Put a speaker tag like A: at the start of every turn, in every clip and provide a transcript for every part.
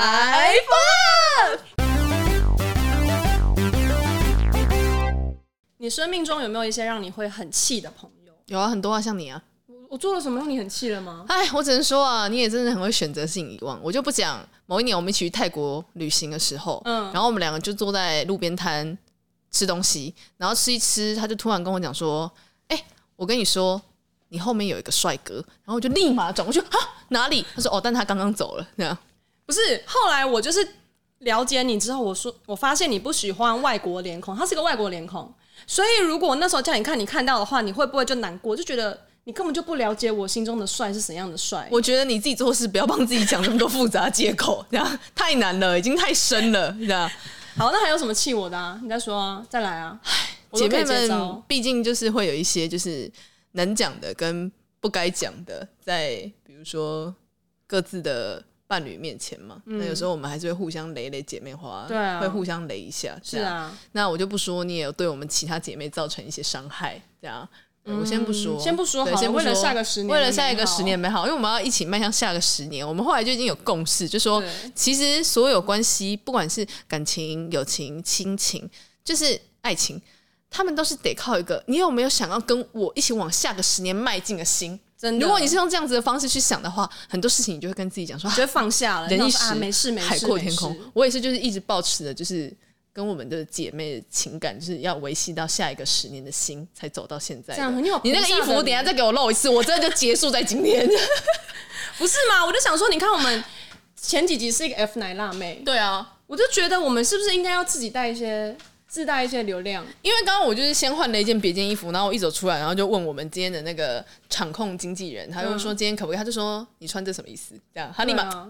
A: Five Up。你生命中有没有一些让你会很气的朋友？
B: 有啊，很多啊，像你啊。
A: 我我做了什么让你很气了吗？
B: 哎，我只能说啊，你也真的很会选择性遗忘。我就不讲，某一年我们一起去泰国旅行的时候，
A: 嗯
B: 然后我们两个就坐在路边摊吃东西，然后吃一吃，他就突然跟我讲说：“哎、我跟你说，你后面有一个帅哥。”然后我就立马转过去，啊，哪里？他说：“哦，但他刚刚走了。”这样，
A: 不是，后来我就是了解你之后，我说我发现你不喜欢外国脸孔，他是个外国脸孔，所以如果那时候叫你看你看到的话，你会不会就难过，就觉得你根本就不了解我心中的帅是怎样的帅？
B: 我觉得你自己做事不要帮自己讲那么多复杂借口，这样太难了，已经太深了，这样。
A: 好，那还有什么气我的啊？你再说啊，再来啊，我
B: 姐
A: 都可
B: 妹
A: 以接
B: 们
A: 招。
B: 毕竟就是会有一些就是能讲的跟不该讲的，在比如说各自的伴侣面前嘛，那有时候我们还是会互相雷雷姐妹花，
A: 对啊
B: 会互相雷一下，
A: 是
B: 这样。
A: 啊，
B: 那我就不说，你也有对我们其他姐妹造成一些伤害，这样。我先不说，
A: 嗯先不说
B: 对
A: 好了
B: 先不
A: 为了下个十年
B: 为
A: 的
B: 了下一
A: 美
B: 个
A: 好
B: 十年美好，因为我们要一起迈向下个十年。我们后来就已经有共识，就说
A: 对
B: 其实所有关系，不管是感情、友情、亲情，就是爱情，他们都是得靠一个你有没有想要跟我一起往下个十年迈进的心。
A: 真的
B: 如果你是用这样子的方式去想的话，很多事情你就会跟自己 讲说，啊
A: 觉得放下了，
B: 人
A: 然
B: 一
A: 后
B: 时、
A: 说啊，没事没事，
B: 海阔天空
A: 没事。
B: 我也是，就是一直保持着，就是跟我们的姐妹的情感，就是要维系到下一个十年的心，才走到现在的。
A: 这样很有
B: 你那
A: 菩
B: 个
A: 萨
B: 衣
A: 的
B: 服，等一下再给我露一次，我真的就结束在今天。
A: 不是吗？我就想说，你看我们前几集是一个 F 奶辣妹，
B: 对啊，
A: 我就觉得我们是不是应该要自己带一些自带一些流量？
B: 因为刚刚我就是先换了一件别件衣服，然后我一走出来，然后就问我们今天的那个场控经纪人，他就说今天可不可以？他就说你穿这什么意思？这样，他立
A: 对
B: 马
A: 啊，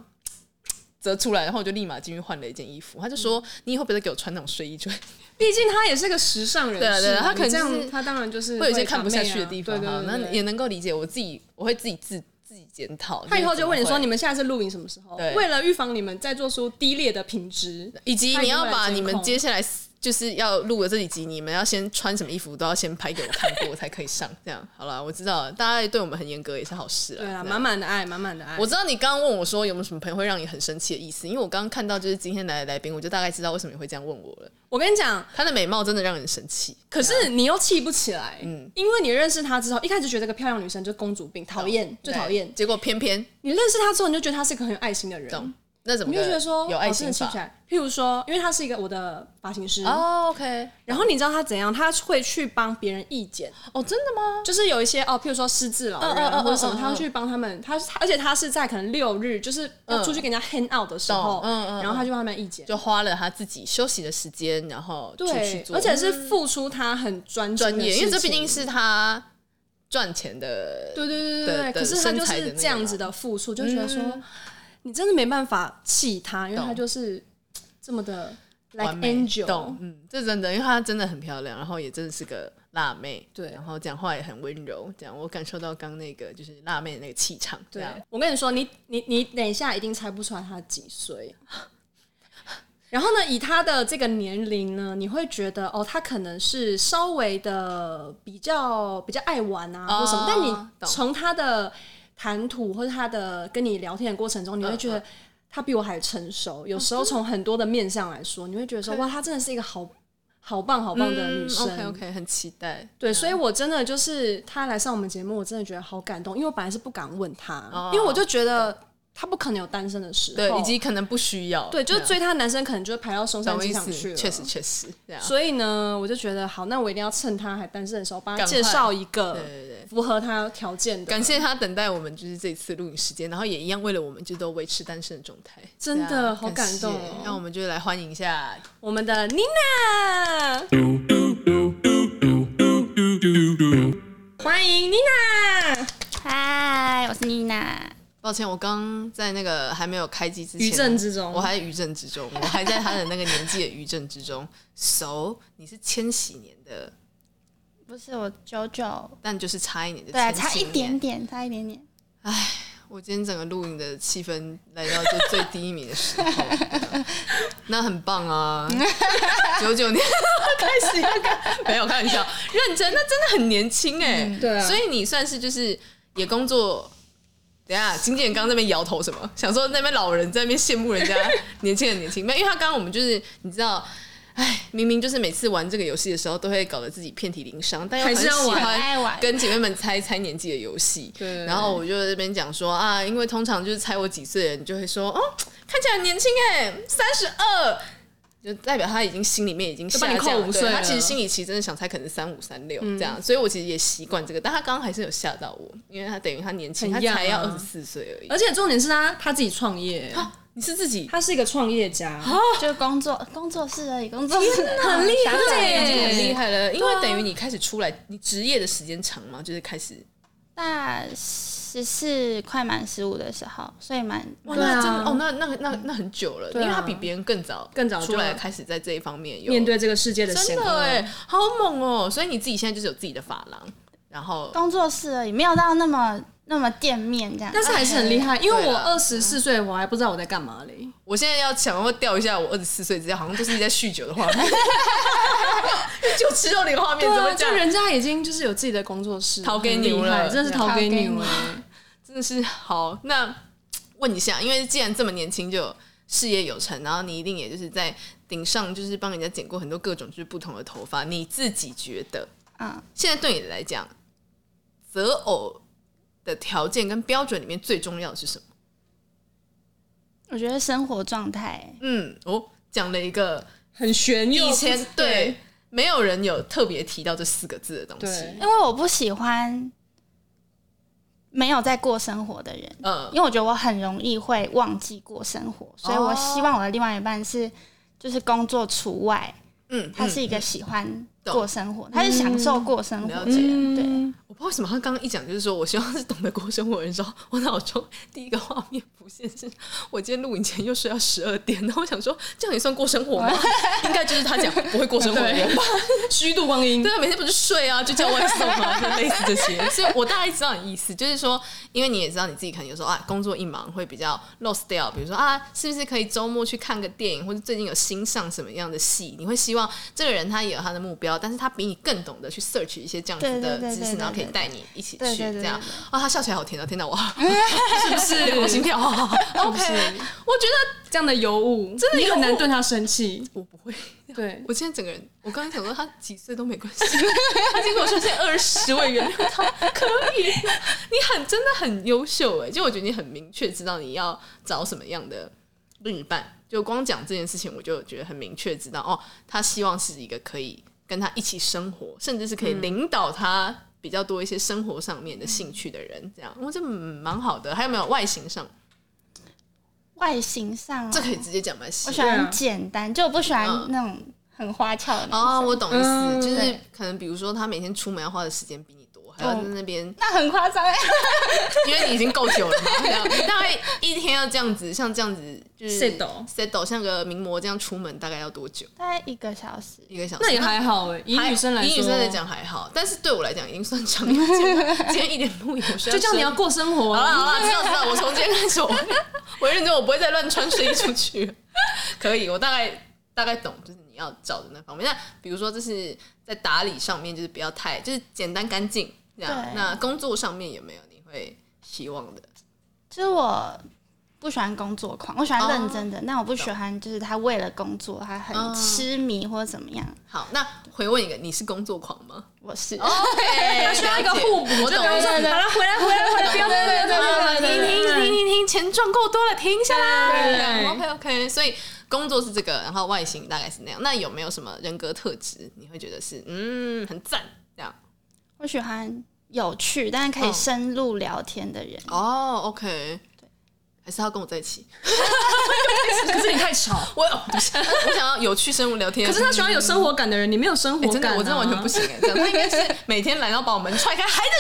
B: 折出来，然后我就立马进去换了一件衣服。他就说你以后别再给我穿那种睡衣，就会
A: 毕竟他也是个时尚人士嘛，
B: 对啊对啊他可能
A: 你这
B: 就是
A: 样，他当然就是
B: 会有一些
A: 把
B: 看不下去的地方。
A: 妹啊
B: 哈，
A: 对对
B: 那
A: 对对。
B: 也能够理解。我自己我会自己自自己检讨。
A: 他以后
B: 是
A: 就问你
B: 怎么
A: 说，
B: 会
A: 你们下次录影什么时候？
B: 对
A: 为了预防你们再做出低劣的品质，
B: 以及
A: 他
B: 你
A: 一定
B: 要
A: 会来
B: 把
A: 监
B: 你们
A: 控
B: 接下来就是要录的这几集，你们要先穿什么衣服都要先拍给我看过才可以上。这样好了，我知道了，大家对我们很严格也是好事
A: 对啊，
B: 这
A: 满
B: 样
A: 满的爱，满满的爱。
B: 我知道你刚刚问我说有没有什么朋友会让你很生气的意思，因为我刚刚看到就是今天来的来宾，我就大概知道为什么你会这样问我了。
A: 我跟你讲，
B: 她的美貌真的让人生气，
A: 可是你又气不起来，
B: 嗯
A: 因为你认识她之后，一开始觉得这个漂亮女生就是公主病，讨厌，最讨厌
B: 对。结果偏偏
A: 你认识她之后，你就觉得她是个很有爱心的人，
B: 懂那怎么
A: 你就觉得说
B: 有
A: 哦
B: 爱
A: 真
B: 心
A: 的气
B: 法
A: 不起来。譬如说，因为她是一个我的发型师，
B: 哦，OK，
A: 然后你知道她怎样？她会去帮别人意见，
B: 哦，真的吗？
A: 就是有一些哦，譬如说失智老
B: 嗯嗯嗯
A: 人或者什么，
B: 嗯嗯
A: 她会去帮他们。她她而且她是在可能六日，就是要出去跟人家 hang out 的时候，
B: 嗯懂嗯嗯嗯
A: 然后她就帮他们意见。
B: 就花了他自己休息的时间，然后出去
A: 对，
B: 做，嗯
A: 而且是付出她很专专
B: 专业，因为这毕竟是他赚钱的。
A: 对对对
B: 的
A: 对对，
B: 的
A: 可是他
B: 身
A: 就
B: 材的
A: 是
B: 那
A: 这样
B: 个嗯
A: 子
B: 啊
A: 的付出，就觉得说、你真的没办法气他，因为他就是这么的 like
B: 完美
A: angel
B: 懂。，嗯，这真的，因为她真的很漂亮，然后也真的是个辣妹，
A: 对
B: 然后讲话也很温柔，这样我感受到刚那个就是辣妹的那个气场，这
A: 对
B: 样，
A: 我跟你说，你你你等一下一定猜不出来他几岁。 然后呢，以他的这个年龄呢，你会觉得哦，他可能是稍微的比较比较爱玩啊，或什么。
B: 哦
A: 但
B: 懂
A: 你从他的谈吐或者他的跟你聊天的过程中，你会
B: 嗯
A: 觉得他比我还成熟。有时候从很多的面向来说，你会觉得说哇，她真的是一个好好棒好棒的女生。
B: OK OK，很嗯期待。
A: 对，所以我真的就是他来上我们节目，我真的觉得好感动，因为我本来是不敢问他，
B: 哦
A: 因为我就觉得他不可能有单身的时候，
B: 对，以及可能不需要，
A: 哦对，就是
B: 这样
A: 追他的男生可能就会排到松山
B: 懂我
A: 机
B: 意
A: 场
B: 思
A: 去，了，
B: 确实。确实这样。
A: 所以呢，我就觉得好，那我一定要趁他还单身的时候，帮他
B: 赶快
A: 介绍一个
B: 对对对
A: 符合他条件的。
B: 感谢他等待我们就是这次录影时间，然后也一样为了我们就都维持单身的状态，
A: 真的
B: 这样
A: 好感动哦
B: 谢那我们就来欢迎一下
A: 我们的 Nina，欢迎 Nina，
C: 嗨，我是妮娜。
B: 抱歉，我刚在那个还没有开机之前，啊
A: 余震之中
B: 我还在余震之中，我还在他的那个年纪的余震之中。So，你是千禧年的，
C: 不是我九九，
B: 但就是差一年的，
C: 对啊，差一点。点，差一点点。
B: 我今天整个录影的气氛来到就最低迷的时候，那很 棒啊！九九年开始要干，没有开玩笑，认真，那真的很年轻哎、
A: 对啊
B: 所以你算是就是也工作等一下，经纪人刚刚那边摇头什么？想说那边老人在那边羡慕人家年轻人年轻，没有，因为他刚刚我们就是你知道，哎，明明就是每次玩这个游戏的时候都会搞得自己遍体鳞伤，但又
A: 还是
B: 很喜
A: 要玩
C: 爱
B: 欢
C: 玩
B: 跟姐妹们猜猜年纪的游戏。
A: 对
B: 然后我就在那边讲说啊，因为通常就是猜我几岁的人就会说，哦，看起来很年轻哎，三十二。就代表他已经心里面已经
A: 就把你
B: 下降
A: 扣五
B: 对
A: 岁
B: 他
A: 了
B: 其实心里其实真的想猜可能三五三六这样，所以我其实也习惯这个，但他刚刚还是有吓到我，因为他等于他年轻，
A: 很
B: 他
A: 样啊
B: 才要二十四岁而已
A: 而。且重点是他他自己创业，
B: 呃你是自己
A: 他是一个创业家，
B: 啊
C: 就工作工作室而已，工作室
A: 很厉害
C: 想起来已经
B: 很
C: 很
B: 厉
C: 厉害。
B: 害了，因为等于你开始出来，你职业的时间长嘛，就是开始
C: 大十四快满十五的时候，所以蛮
B: 哇，
A: 对啊
B: 那真的哦，那那那那很久了，因
A: 对啊
B: 为他比别人更早
A: 更早就
B: 出来，开始在这一方面有
A: 面对这个世界的
B: 真
A: 险
B: 的
A: 恶。
B: 哎，好猛哦！所以你自己现在就是有自己的发廊，然后
A: 哦
C: 工作室而已，没有到那么那么店面这样。
A: 但是还是很厉害，因为
B: 哎对
A: 我
B: 啦
A: 二十四岁，我还不知道我在干嘛嘞。
B: 我现在要想要调一下我二十四岁之前，好像都是在酗酒的画面， 就吃肉林画面怎么
A: 啊就
B: 讲？
A: 人家已经就是有自己的工作室，
B: 陶给
A: 很
B: 牛
A: 厉害
B: 了
A: 真的是
B: 对啊
A: 陶给牛
C: 陶给牛
A: 哎。
B: 真的是好。那问一下，因为既然这么年轻就有事业有成，然后你一定也就是在顶上，就是帮人家剪过很多各种就是不同的头发，你自己觉得
C: 嗯，
B: 现在对你来讲，择偶的条件跟标准里面最重要的是什么？
C: 我觉得生活状态
B: 嗯，哦，讲了一个
A: 很玄
B: 以
A: 又
B: 前
A: 不
B: 对没有人有特别提到这四个字的东西，
A: 对
C: 因为我不喜欢没有在过生活的人，
B: 嗯，
C: 因为我觉得我很容易会忘记过生活，所以我希
B: 哦
C: 望我的另外一半是就是工作除外，
B: 嗯，
C: 他是
B: 嗯
C: 一个喜欢
B: 懂
C: 过生活，他是享受过生活
B: 了
C: 的
B: 解
C: 人，对。
A: 嗯，
B: 我不知道为什么他刚刚一讲就是说我希望是懂得过生活的人的时候，我脑中第一个画面浮现是我今天录影前又睡到十二点，然后我想说这样也算过生 活吗？应该就是他讲不会过生活的人吧？
A: 虚度光阴
B: 对，啊，每天不是睡啊，就叫外送 啊，就类似这些。所以我大概知道你意思，就是说，因为你也知道你自己可能有时候啊工作一忙会比较 lost 掉，比如说啊，是不是可以周末去看个电影，或者最近有新上什么样的戏？你会希望这个人他也有他的目标，但是他比你更懂得去 search 一些这样子的
C: 对对对对
B: 知识，
C: 对
B: 然后可以
C: 对对
B: 带你一起
C: 对
B: 去
C: 对对
B: 这 样
C: 对。
B: 啊，他笑起来好甜哦，天哪，我
A: 是不是？
B: 我心跳。OK，我觉得
A: 这样的尤物，真
B: 的
A: 你
B: 尤物
A: 很难对他生气。
B: 我不会。
A: 对，
B: 我现在整个人，我刚才想说他几岁都没关系，他结果说现在二十，我也原谅他，可以。你很真的很优秀哎，就我觉得你很明确知道你要找什么样的另一半，就光讲这件事情，我就觉得很明确知道哦，他希望是一个可以跟他一起生活，甚至是可以领导他比较多一些生活上面的兴趣的人，这样，我这蛮好的。还有没有外形上，
C: 外形上哦、
B: 这可以直接讲吗？是
C: 我喜
A: 对啊
C: 欢简单，就我不喜
B: 嗯
C: 欢那种很花俏的男
B: 哦，
C: 生
B: 我懂意思，
A: 嗯
B: 就是
C: 对
B: 可能比如说他每天出门要花的时间比你多，还要在那边，
C: 那很夸张哎，
B: 因为你已经够久了嘛，这样大概一天要这样子，像这样子就是
A: Settle
B: settle，像个名模这样出门大概要多久？
C: 大概一个小时。
B: 一个小时？
A: 那也还好哎，以
B: 还
A: 女生来说，
B: 以女生来，讲还好，但是对我来讲已经算长了。今天今天一点不影，我 需
A: 就这样你要
B: 生
A: 过生活
B: 好了
A: 啊。
B: 好了，知道知道，我从今天开始我，我认真，我不会再乱穿睡衣出去。可以，我大概大概懂，就是你要找的那方面。那比如说，就是在打理上面，就是不要太，就是简单干净这样。
C: 对
B: 那工作上面有没有你会希望的？
C: 就是我不喜欢工作狂，我喜欢认真的，但我不喜欢就是他为了工作他
B: 哦
C: 很痴迷或者怎么样。
B: 好，那回问一个，你是工作狂吗
C: 我是，
B: ？OK，
A: 需要一个互补，
B: 我
A: 就
B: 懂
A: 比如说，
B: 对对对
A: 好了，回来回来回来，不要不要不要不要不要，
B: 停停停停停，钱赚够多了，停下来。
A: 对
B: OK OK，所以工作是这个，然后外形大概是那样。那有没有什么人格特质，你会觉得是嗯很赞这样？
C: 我喜欢有趣但是可以
B: 嗯
C: 深入聊天的人。
B: 哦，OK，还是他跟我在一起？
A: 可是你太吵。
B: 我我想要有趣生活聊天，
A: 可是他喜欢有生活感的人，你没有生
B: 哎
A: 活
B: 真
A: 感
B: 的
A: 啊，
B: 我真的完全不行哎，这样他应该是每天来到把我们踹开，还在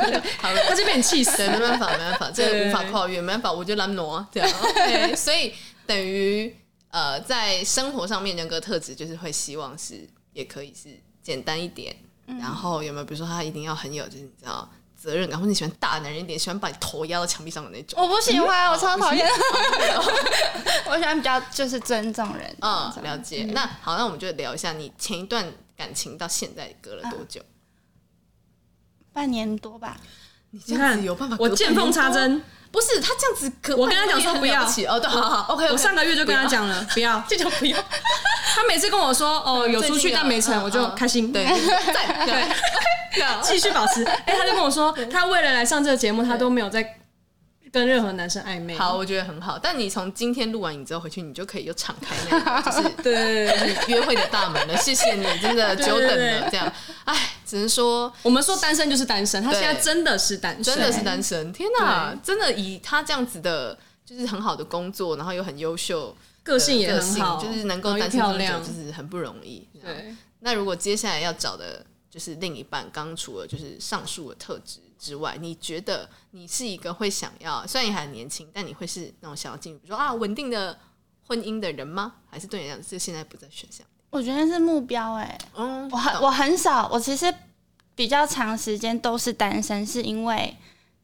B: 睡啊。好了，
A: 他就被你气死。
B: 对，没办法，没办法，这
A: 对
B: 个无法跨越，没办法，我就懒挪这样。OK，所以等于呃，在生活上面人格特质就是会希望是也可以是简单一点，然后有没有比如说他一定要很有就是你知道责任感，或者你喜欢大男人一点，喜欢把你头压到墙壁上的那 种。
C: 我不喜
B: 嗯
C: 欢，我超讨厌。
B: 哦
C: 我喜欢比较就是尊重人。
B: 嗯，
C: 这
B: 了
C: 样
B: 解。那好，那我们就聊一下你前一
A: 啊
B: 段感情到现在隔了多久？
C: 半年多吧，
B: 你这
A: 你
B: 样
A: 看
B: 子有办法？
A: 我见缝插，针，
B: 不是他这样子可，
A: 我跟他讲说不要
B: 了起哦，对，好好，OK，
A: 我上个月就跟他讲了，不要。
B: 这就不要，
A: 他每次跟我说哦有
B: 最
A: 出
B: 近
A: 去
B: 有
A: 但没成，
B: 嗯
A: 我就
B: 嗯
A: 开心。
B: 对，再对对
A: 继续保持。哎、他就跟我说，他为了来上这个节目，他都没有在跟任何男生暧昧。
B: 好，，我觉得很好。但你从今天录完影之后回去，你就可以又敞开那 个就是
A: 对对对对，
B: 你约会的大门了。谢谢你，真的
A: 对
B: 久等
A: 对
B: 了
A: 对。
B: 这样，哎，只能说
A: 我们说单身就是单身，他现在真的是单身，
B: 真的是单身。天哪，真的以他这样子的，就是很好的工作，然后又很优秀，
A: 个性也
B: 个
A: 很好，
B: 就是能够
A: 然后又
B: 单身这
A: 漂
B: 么久，
A: 亮
B: 就，是很不容易。这样
A: 对，
B: 那如果接下来要找的就是另一半，刚除了就是上述的特质之外，你觉得你是一个会想要，虽然你还很年轻，但你会是那种想要进入，比如说啊稳定的婚姻的人吗？还是对你来讲，这现在不在选项？
C: 我觉得是目标哎、
B: 嗯，
C: 我很我很少，我其实比较长时间都是单身，是因为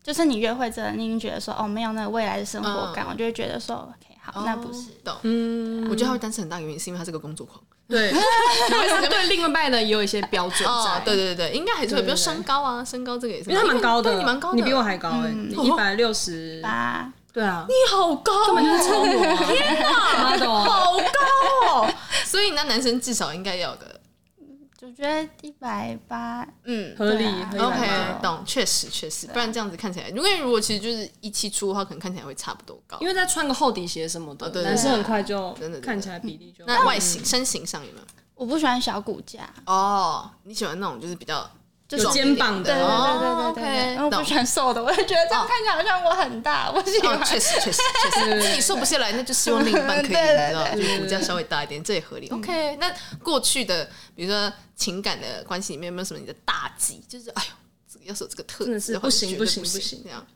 C: 就是你约会之后，你已经觉得说哦没有那个未来的生活
B: 嗯
C: 感，我就会觉得说 OK
B: 哦
C: 好，那不是。
B: 懂。
A: 嗯，
B: 我觉得他会单身很大原因是因为他是个工作狂。
A: 对，然后对另一半的也有一些标准在，
B: 哦对对对对，应该还是会，
A: 对对
B: 比如身高啊，身高这个也是，
A: 因为他蛮高的，
B: 对你蛮高的，
A: 你比我还高哎，
C: 嗯
A: 你一百六 十，
C: 吧，
A: 对啊，
B: 你好高，根本就是超我， 天哪，
A: model
B: 好高哦！所以那男生至少应该要有个
C: 我觉得一百八，
B: 嗯。
A: 合理合理
C: 对啊
B: OK，
C: 180
B: 懂，确实确实，不然这样子看起来，如果如果其实就是一七出的话，可能看起来会差不多高
A: 因。为再穿个厚底鞋什么的，
B: 哦对对
A: 男生很快就
B: 真 的真的
A: 看起来比例就
B: 那外形、身形上有没有？
C: 我不喜欢小骨架，
B: 哦，你喜欢那种就是比较
C: 就是
A: 有
B: 重
A: 肩膀
C: 对
A: 的
C: 对
A: 哦
C: 对对对对，
B: OK，
C: 因为我不
B: 懂
C: 喜欢瘦的，我就觉得这样
B: 哦
C: 看起来好像我很大，我不喜
B: 哦
C: 欢，。
B: 确实确实确实，自己瘦不下来，那就希望另一半可以，
C: 对对对
B: 你知道，就是骨架稍微大一点，这也合理。OK，那过去的比如说情感的关系里面有没有什么你的大忌？就是哎呦，这个要是有这个特质
A: 真
B: 的
A: 的是不
B: 话，
A: 行
B: 就
A: 不
B: 绝对
A: 行
B: 不
A: 不行
B: 这样。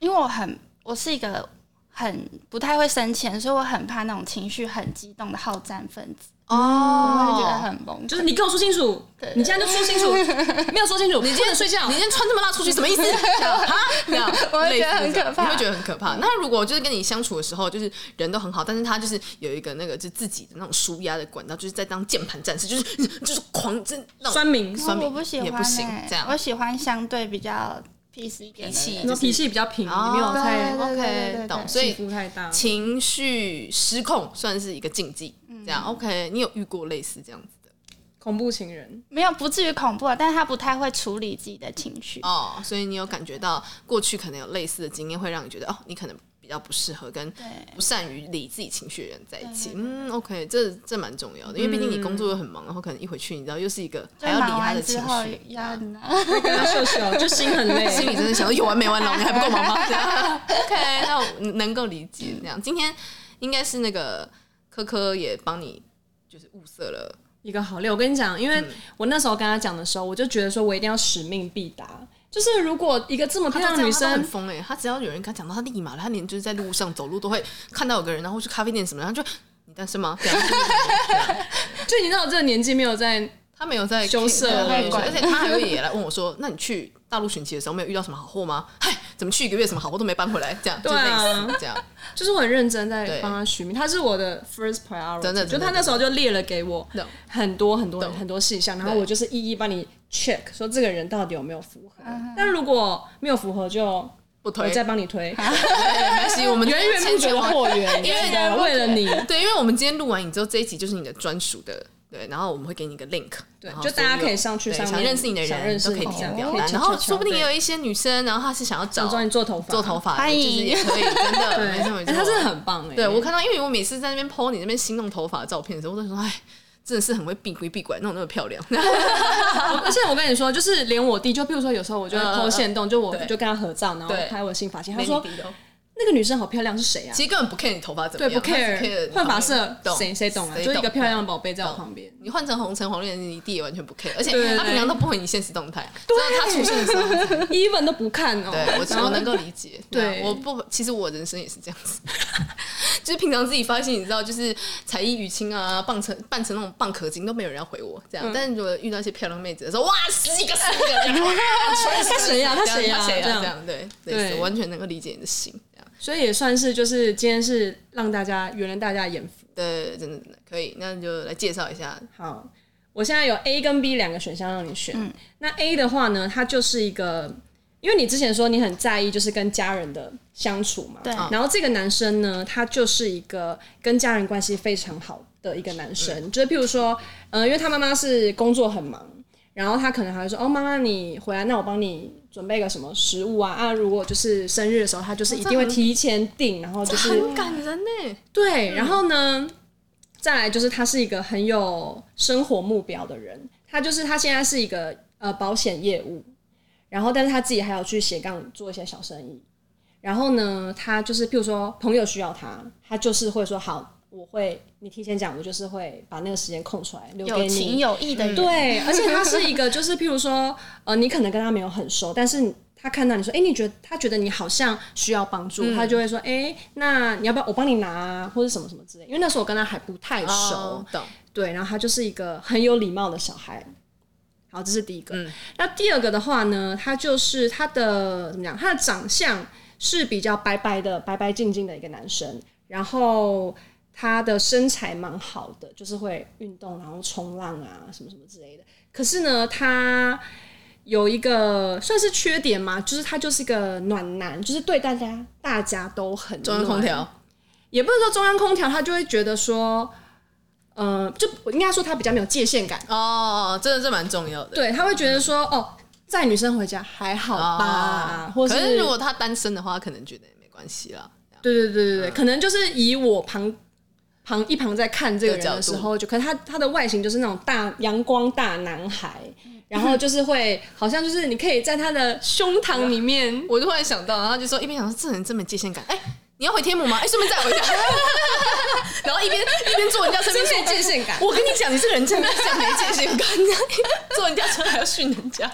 C: 因为我很，我是一个很不太会生钱，所以我很怕那种情绪很激动的好战分子，我会觉得
B: 哦，
C: 很崩溃。
A: 就是你给我说清楚，你现在就说清 楚，没有说清楚，你今天睡觉
B: 你，今天穿这么辣出去什么意 思？这样哈，这样
C: 我会觉得
B: 类似这样
C: 很可怕
B: 你会觉得很可怕。那如果就是跟你相处的时候，就是人都很好，但是他就是有一个那个就是自己的那种舒压的管道，就是在当键盘战士，就是就是狂真那种
A: 酸民，
B: 酸民
C: 我不喜
B: 也
C: 欢、欸，
B: 不行这样
C: 我喜欢相对比较 peace 一点
B: 脾
C: 的
B: 气
C: 人
A: 你说脾气比较平，你没有哦太
C: 对对对
B: 哦 OK，
C: 对
B: 懂。
C: 对
B: 所以
A: 起伏太大。
B: 情绪失控算是一个禁忌，
C: 嗯
B: 这样 OK？你有遇过类似这样子的
A: 恐怖情 人，
C: 没有不至于恐怖啊，但是他不太会处理自己的情绪。
B: 哦？所以你有感觉到过去可能有类似的经验，会让你觉得哦，你可能比较不适合跟
C: 对，
B: 不善于理自己情绪的人在一起。
C: 对对嗯
B: 嗯，OK，这这蛮重要的，因为毕竟你工作又很忙，然后可能一回去，你知道又是一个还要
C: 就
B: 理
C: 忙
B: 他的
C: 完之
B: 情
C: 后
B: 绪，
C: 要
A: 会跟他秀秀，就心很累。
B: 心里真的想说有完没完了，我们还不够忙 吗 这
C: 啊
B: 样？OK，那我能够理解这样。今天应该是那个科科也帮你就是物色了。
A: 一个好累。我跟你讲，因
B: 嗯
A: 为我那时候跟他讲的时候，我就觉得说我一定要使命必达。就是如果一个这么漂
B: 他
A: 亮
B: 这
A: 的
B: 样
A: 女
B: 他都很
A: 生，
B: 疯哎、欸，他只要有人跟他讲到，他立马，他连就是在路上走路都会看到有个人，然后去咖啡店什么，然后就你单身吗？这样
A: 就已经到这个年纪没有在，
B: 他没有在
A: 羞涩
B: 对
A: 没
C: 管
B: 而且他还会也来问我说，那你去大陆寻奇的时候没有遇到什么好货吗？嗨，怎么去一个月什么好货都没搬回来？这样就
A: 对
B: 类
A: 啊
B: 似这样，
A: 就是我很认真在
B: 对
A: 帮他取名，他是我的 first priority。
B: 真的
A: 就
B: 真的
A: 他那时候就列了给我
B: 懂
A: 很多很多
B: 懂
A: 很多事项，然后
B: 对
A: 我就是一一帮你 check，说这个人到底有没有符合。
B: 嗯
A: 但如果没有符合，就
B: 不
A: 我
B: 推，
A: 再帮你 推。
B: 对没关系，哎我们
A: 源源不绝的货源，
B: 因为
A: 真的为了 你，
B: 对，因为我们今天录完影之后，这一集就是你的专属的。对，然后我们会给你一个 link，
A: 对
B: 然后
A: 就大家
B: 所有
A: 可以上去
B: 对
A: 上面
B: 想认识你的
A: 想
B: 人
A: 认识
B: 都可以
A: 你
B: 填
C: 哦
B: 表
A: 可
B: 单
A: 以，去
B: 然后
A: 瞧瞧
B: 说不定
A: 对
B: 也有一些女生，然后她是想要找
A: 想找你做头发，
B: 做头发的，
C: 欢迎
B: 就是也可以，真的，
A: 对，
B: 没错没
A: 哎
B: 错，
A: 他真的很棒哎、
B: 对我看到，因为我每次在那边 PO 你那边新弄头发的照片的时候，我都想说，哎，真的是很会避规避拐，弄得那么漂 亮。
A: 而且我跟你说，就是连我弟，就譬如说有时候我就会
B: 嗯嗯
A: PO
B: 嗯
A: 线动，就我
B: 对
A: 就跟他合照，然后
B: 对
A: 拍我的新发型，他
B: 没
A: 说
B: 你弟哦
A: 那个女生好漂亮，是谁啊
B: 其？实根本不 care 你头发怎么
A: 对，
B: 样，
A: 不
B: 啊他只 care
A: care 换发色
B: 懂，
A: 谁谁懂啊？
B: 谁
A: 就是一个漂亮的
B: 懂
A: 宝贝在我旁 边。
B: 你换成红橙黄绿，你弟也完全不 care，而且
A: 对对
B: 他平常都不回你现实动态，只有他出现的时候他才，
A: even 都不看哦，
B: 对
A: 然
B: 我
A: 后
B: 我能够理解。
A: 对
B: 我不，其实我人生也是这样子， 就是平常自己发现，你知道，就是才艺淤青啊，扮成扮成那种蚌壳精都没有人要回我这样。
A: 嗯
B: 但是如果遇到一些漂亮妹子的时候，哇，十几个 十几个人，哇，
A: 他谁呀？他谁呀？
B: 谁
A: 这
B: 呀？
A: 样，
B: 这样对，
A: 对
B: 对，我完全能够理解你的心，这样
A: 所以也算是就是今天是让大家原谅大家的眼福。
B: 对，真的真的可以。那你就来介绍一下，
A: 好，我现在有 A 跟 B 两个选项让你选。那 A 的话呢，它就是一个因为你之前说你很在意就是跟家人的相处嘛，
C: 对
A: 然后这个男生呢，他就是一个跟家人关系非常好的一个男生，就是譬如说，嗯、因为他妈妈是工作很忙，然后他可能还会说，哦，妈妈你回来，那我帮你准备个什么食物啊啊，如果就是生日的时候，他就是一定会提前订，然后就是
B: 很感人呢。
C: 嗯
A: 对，然后呢，再来就是他是一个很有生活目标的人，他就是他现在是一个呃保险业务，然后但是他自己还有去斜杠做一些小生意，然后呢，他就是譬如说朋友需要他，他就是会说好，我会你提前讲，我就是会把那个时间空出来留给
C: 有情
A: 你。
C: 有义
B: 嗯
C: 的人，
A: 对，而且他是一个，就是譬如说，呃，你可能跟他没有很熟，但是他看到你说，哎、你觉得他觉得你好像需要帮助，他就会说，哎、那你要不要我帮你拿、啊，或者什么什么之类。因为那时候我跟他还不太熟，
B: 哦懂？
A: 对，然后他就是一个很有礼貌的小孩。好，这是第一个。
B: 嗯
A: 那第二个的话呢，他就是他的怎么讲？他的长相是比较白白的、白白净净的一个男生，然后他的身材蛮好的，就是会运动，然后冲浪啊，什么什么之类的。可是呢，他有一个算是缺点嘛，就是他就是一个暖男，就是对大家大家都很
B: 中央空
A: 暖
B: 调，
A: 也不是说中央空调，他就会觉得说，呃，就应该说他比较没有界限感，
B: 哦哦，哦真的这蛮重要的。
A: 对，他会觉得说，哦，载女生回家还好吧，
B: 哦
A: 啊或
B: 可
A: 是
B: 是如果他单身的话，可能觉得也没关系啦。
A: 对对对对对，可能就是以我旁旁一旁在看这个人的时候，就可能他他的外形就是那种大阳光大男孩，然后就是会好像就是你可以在他的胸膛里 面，
B: 我就突然想到，然后就说一边想说这人这么界限感，哎、你要回天母吗？哎、顺便载我一下。 然后一边一边坐人家车，一边
A: 真没
B: 说
A: 界限感。
B: 我跟你讲，你这个人真的是没界限感，坐人家车还要训人 家。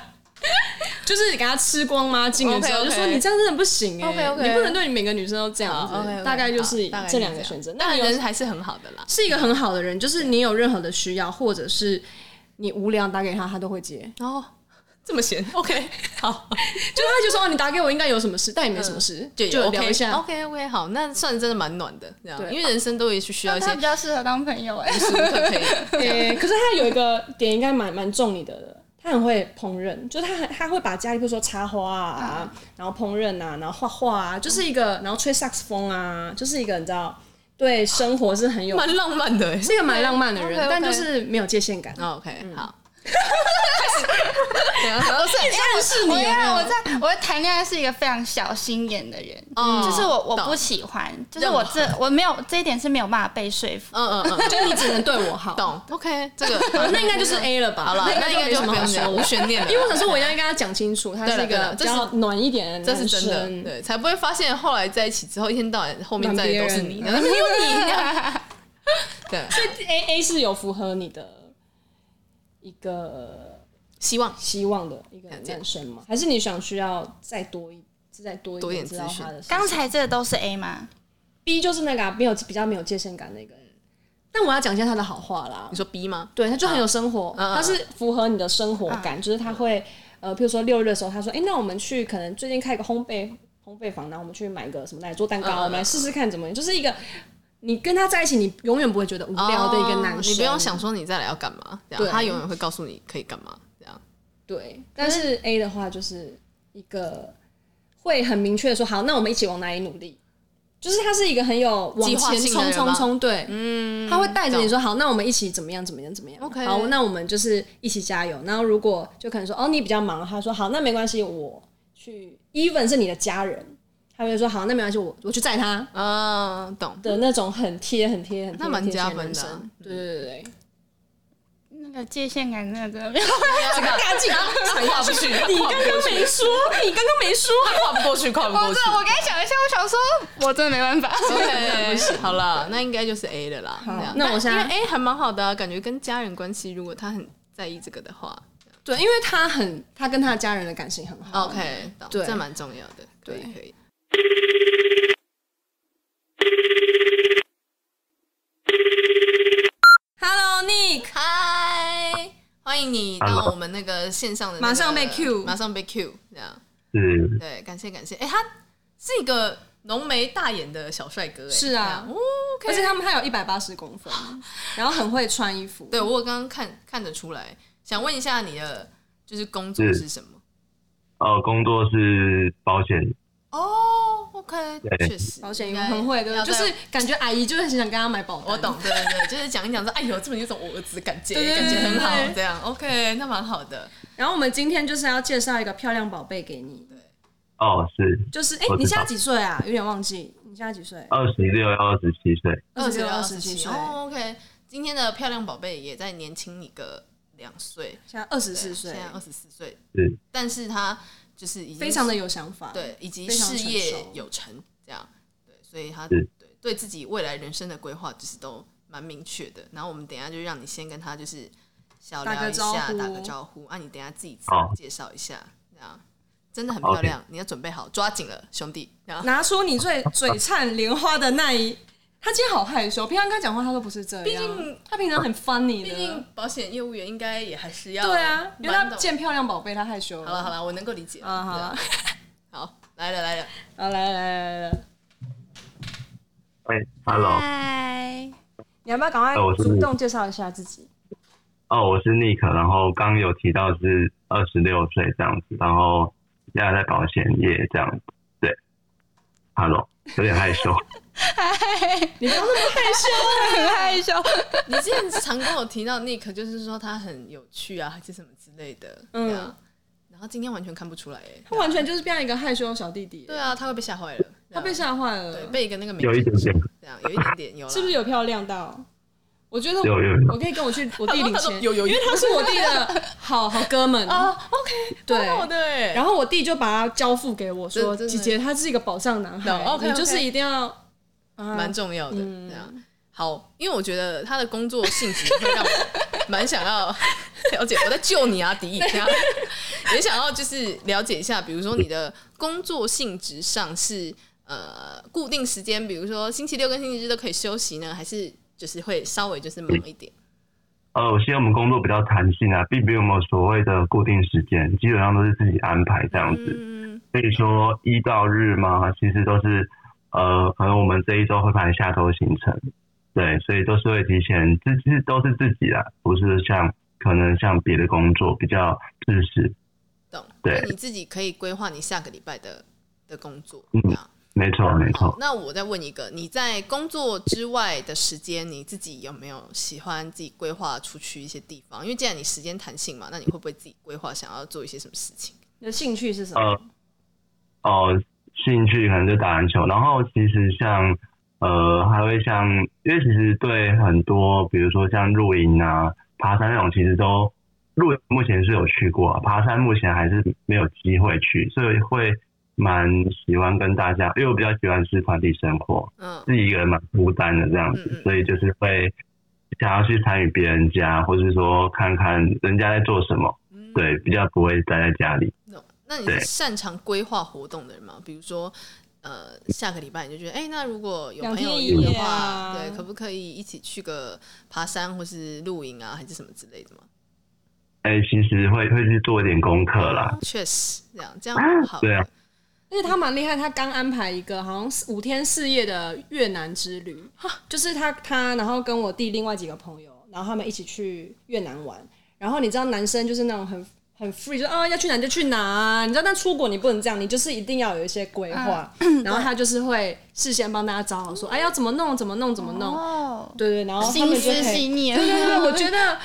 A: 就是给他吃光吗？进了之后
B: OK，OK
A: 就说你这样真的不行哎、
B: OK，OK
A: 你不能对每个女生都这
B: 哦
A: 样子。 大概就是这两个选择。那
B: 那
A: 你
B: 人
A: 有
B: 还是很好的啦。
A: 是一个很好的人，就是你有任何的需要，或者是你无聊打给他，他都会接。
B: 哦，这么 闲，OK，好，
A: 就他就说哦，你打给我应该有什么事，但也没什么事，
B: 就
A: 就聊一下。
B: OK 哦 OK，好，那算是真的蛮暖的，这样，
A: 对
B: 因为人生都也是需要
C: 那
B: 一
C: 他
B: 些
C: 比较适合当朋友哎、
B: 时刻可以。
A: 诶、可是他有一个点应该蛮蛮中你的，他很会烹饪，就是他很他会把家里比如说插花啊，
B: 嗯
A: 然后烹饪啊，然后画画啊，就是一个，然后吹萨克斯风啊，就是一个你知道对生活是很有
B: 蛮浪漫的、欸。
A: 是一个蛮浪漫的人
B: OK，OK
A: 但就是没有界限感。
B: 哦 OK，、好，开始，然后是暗示
C: 我要我在 我在谈恋爱是一个非常小心眼的人，嗯
B: 哦
C: 就是我我
B: 懂
C: 不喜欢，就是我这我没有这一点是没有办法被说服。
B: 嗯嗯嗯，
A: 就 你只能对我好，
B: 懂，OK，这个
A: 好那应该就是 A 了吧？
B: 好了，那应该
A: 没
B: 就
A: 什么
B: 不
A: 好
B: 用
A: 说
B: 讲，
A: 了
B: 无。悬念了。
A: 因为我想说，我一定要跟他讲清楚，他是一
B: 对了对
A: 个
B: 了
A: 比较暖一点的
B: 这
A: 男
B: 是
A: 生，
B: 真的，对，才不会发现后来在一起之后，一天到晚后面站的都是你，
A: 瞒别
B: 然后没有你这样，对，
A: A A 是有符合你的一个
B: 希望
A: 希望的一个男生吗？还是你想需要再多一再多
B: 多一
A: 一
B: 点
A: 知道
B: 资讯
A: 他的事情？
C: 刚才这个都是 A 吗？
A: B 就是那个啊、没有比较没有界限感那个，但我要讲一下他的好话啦
B: 你。说 B 吗？
A: 对，他就很有生活，
B: 嗯嗯
A: 他是符合你的生
B: 啊
A: 活感，就是他会呃，譬如说六日的时候，他说，哎、那我们去可能最近开一个烘焙烘焙坊，然后我们去买一个什么来做蛋糕，
B: 嗯嗯嗯
A: 我们来试试看怎么样，就是一个你跟他在一起，你永远不会觉得无聊的一个男生，
B: 哦你不用想说你再来要干嘛，这样
A: 对
B: 他永远会告诉你可以干嘛，这样
A: 对，但是 A 的话就是一个会很明确的说，好，那我们一起往哪里努力。就是他是一个很有往
B: 计划
A: 前
B: 性的
A: 冲
B: 人
A: 冲
B: 吗
A: 冲，对，嗯，他会带着你说好，那我们一起怎么样怎么样怎么样
B: OK
A: 好，那我们就是一起加油。然后如果就可能说哦你比较忙，他说好，那没关系，我去，even 是你的家人，他会说好，那没关系，我我去载他
B: 嗯，懂。
A: 的那种很贴很贴很贴
B: 那蛮
A: 很贴
B: 加
A: 心的嗯男
B: 分的啊
A: 生，对对对对，
C: 那个界限感真的真的没有。
B: 这个大
A: 啊
B: 进跨不去，
A: 你刚刚没说，你刚刚没说，
B: 跨不过去，跨 不
C: 我
B: 过去
C: 真。的我刚才想一下，我想说，我真的没办法。
B: OK，好了，那应该就是 A 的啦。这样
A: 那我
B: 但
A: 现在
B: 因为 A 还蛮好的啊，感觉跟家人关系，如果他很在意这个的话
A: 对，因为他很他跟他的家人的感情很好
B: ，OK，懂
A: 哦对
B: 这蛮重要的，可以
A: 对
B: 可以。
A: Hello Nick。
B: 嗨，欢迎你到我们那个线上的那个，
A: 马上被 cue
B: 马上被 Q，这样
D: 是
B: 对，感谢感谢。哎，他是一个浓眉大眼的小帅哥，哎
A: 是啊
B: 这样哦
A: 而且
B: ，OK。
A: 他们还有一百八十公分，然后很会穿衣服。
B: 对我有刚刚看看得出来，想问一下你的就是工作
D: 嗯
B: 是什么？
D: 呃，工作是保险，
B: 哦，OK，
D: 对
B: 确实
A: 保险员很会，对
B: 要
A: 不对？就是
B: 在
A: 感觉阿姨就是很想跟他买保单。
B: 我懂，对对对，就是讲一讲说，哎呦，这么有种我儿子的感觉，
A: 对对对
B: 感觉很好
A: 对，
B: 这样 OK，那蛮好的。
A: 然后我们今天就是要介绍一个漂亮宝贝给你，
D: 哦，是
A: 就是哎、
D: 我知道
A: 你现在几岁啊？有点忘记，你现在几岁？
D: 二十六要二十七岁。
A: 二十六、
B: 二
A: 二
B: 十
A: 十七
B: 七
A: 岁，
B: 哦，OK，今天的漂亮宝贝也在年轻你个两岁，
A: 现在二十
B: 对
A: 四岁
B: 现，在二十四岁，
D: 是
B: 但是他就是已经
A: 非常的有想法。，
B: 对，以及
A: 非常
B: 事
A: 成
B: 业
A: 熟
B: 有成，这样对，所以他对
D: 是
B: 对自己未来人生的规划就是都蛮明确的。然后我们等一下就让你先跟他就是小
A: 打
B: 聊
A: 个
B: 一
A: 招
B: 下，打个
A: 呼
B: 招呼，啊，你等一下自己自
D: 好
B: 我介绍一下，这样真的很漂
D: OK
B: 亮，你要准备好，抓紧了，兄弟，然后
A: 拿出你最嘴灿莲花的那一。他今天好害羞，平常跟他讲话他都不是这样。
B: 毕竟
A: 他平常很 funny
B: 毕
A: 的。
B: 竟保险业务员应该也还是要
A: 对啊，因为
B: 蛮
A: 他
B: 懂
A: 见漂亮宝贝他害羞
B: 好了好了，我能够理解
A: 啊，好
B: 对
A: 了，
B: 好来了来了，
A: 好来来来来来，
D: 哎，Hello，
C: 嗨，
A: 你要不要赶快
D: 哦我是
A: 主动介绍一下自己？
D: 哦，我是 Nick，然后刚有提到是二十六岁这样子，然后现在在保险业这样子。对，Hello，有点害羞。
A: 你不要那么害羞，
C: 很害羞。
B: 你之前常跟我提到 Nick，就是说他很有趣啊，还是什么之类的，
A: 嗯
B: 对啊。然后今天完全看不出来，哎，
A: 他完全就是变成一个害羞的小弟弟。
B: 对啊，他会被吓坏了，
A: 他被
B: 吓
A: 吓坏
B: 对
A: 了，
B: 被一个那个美
D: 有一
B: 剧
D: 点点
B: 这样有一点点有啦，
A: 是不是有漂亮到？我觉得
D: 有有有
A: 我可以跟我去我弟领
B: 他说
A: 钱，
B: 有有有
A: 因为他是我弟的好好哥 们
B: 啊？OK，
A: 对
B: 蛮好的哎，
A: 然后我弟就把他交付给我说：“
B: 真真的
A: 姐姐，他是一个宝藏男孩
B: 懂，OK，OK
A: 你就是一定要啊
B: 蛮重要的，
A: 嗯
B: 这样好，因为我觉得他的工作性质会让我蛮想要 了解，我在救你啊，迪，这样也想要就是了解一下，比如说你的工作性质上是呃固定时间，比如说星期六跟星期日都可以休息呢，还是就是会稍微就是忙一点？
D: 呃，我希望我们工作比较弹性啊，并没有我们所谓的固定时间，基本上都是自己安排这样子。
B: 嗯，
D: 所以说一到日嘛，其实都是呃，可能我们这一周会排下周行程，对，所以都是会提前，这其实都是自己啦，不是像可能像别的工作比较自私，
B: 懂。
D: 对
B: 那你自己可以规划你下个礼拜的的工作，
D: 嗯
B: 这样。
D: 没错没错。
B: 那我再问一个，你在工作之外的时间，你自己有没有喜欢自己规划出去一些地方？因为既然你时间弹性嘛，那你会不会自己规划想要做一些什么事情？
A: 你的兴趣是什么？
D: 呃，哦，兴趣可能就打篮球，然后其实像呃，还会像，因为其实对很多，比如说像露营啊、爬山那种，其实都露营目前是有去过、啊，爬山目前还是没有机会去，所以会蛮喜欢跟大家，因为我比较喜欢是团体生活，
B: 嗯
D: 自己一个人蛮孤单的这样
B: 嗯
D: 子
B: 嗯，
D: 所以就是会想要去参与别人家，或是说看看人家在做什么，
B: 嗯，
D: 对，比较不会待在家里。
B: 懂。那你
D: 对
B: 是擅长规划活动的人吗？比如说，呃，下个礼拜你就觉得，哎、那如果有
A: 两
B: 朋友
A: 天一
B: 约的
A: 夜
B: 话，
A: 啊
B: 对，可不可以一起去个爬山或是露营啊，还是什么之类的吗？
D: 哎、其实会会去做一点功课啦。
B: 确实，这样这样蛮好的。
D: 对啊
A: 而且他蛮厉害，他刚安排一个好像是五天四夜的越南之旅，就是他他然后跟我弟另外几个朋友，然后他们一起去越南玩。然后你知道男生就是那种很很 free，就啊要去哪就去哪、你知道但出国你不能这样，你就是一定要有一些规
C: 啊
A: 划。
C: 嗯
A: 然后他就是会事先帮大家找好说，哎、要怎么弄怎么弄怎么
B: 嗯
A: 弄，
C: 哦，
A: 对对，然后他
C: 心
A: 们就
C: 思
A: 可以
C: 细腻。
A: 对对对，我觉得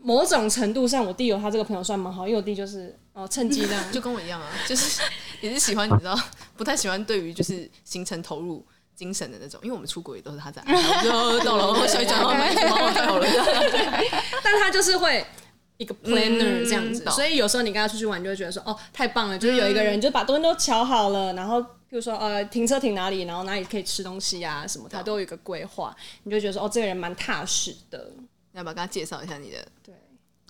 A: 某种程度上，我弟有他这个朋友算蛮好，因为我弟就是哦趁机这样，
B: 就跟我一样啊，就是 也是喜欢你知道，不太喜欢对于就是行程投入精神的那种，因为我们出国也都是他在安排，我就哦懂了，我小一讲，我买什么我带好了，
A: 但他就是会。一个 planner
B: 嗯
A: 这样子，
B: 懂嗯
A: 所以有时候你跟他出去玩，你就会觉得说，哦，太棒了，就是有一个人就把东西都瞧好了，然后比如说呃，停车停哪里，然后哪里可以吃东西啊什么，他都有一个规划，你就觉得说，哦，这个人蛮踏实的，
B: 你要不要跟他介绍一下你的？
A: 对，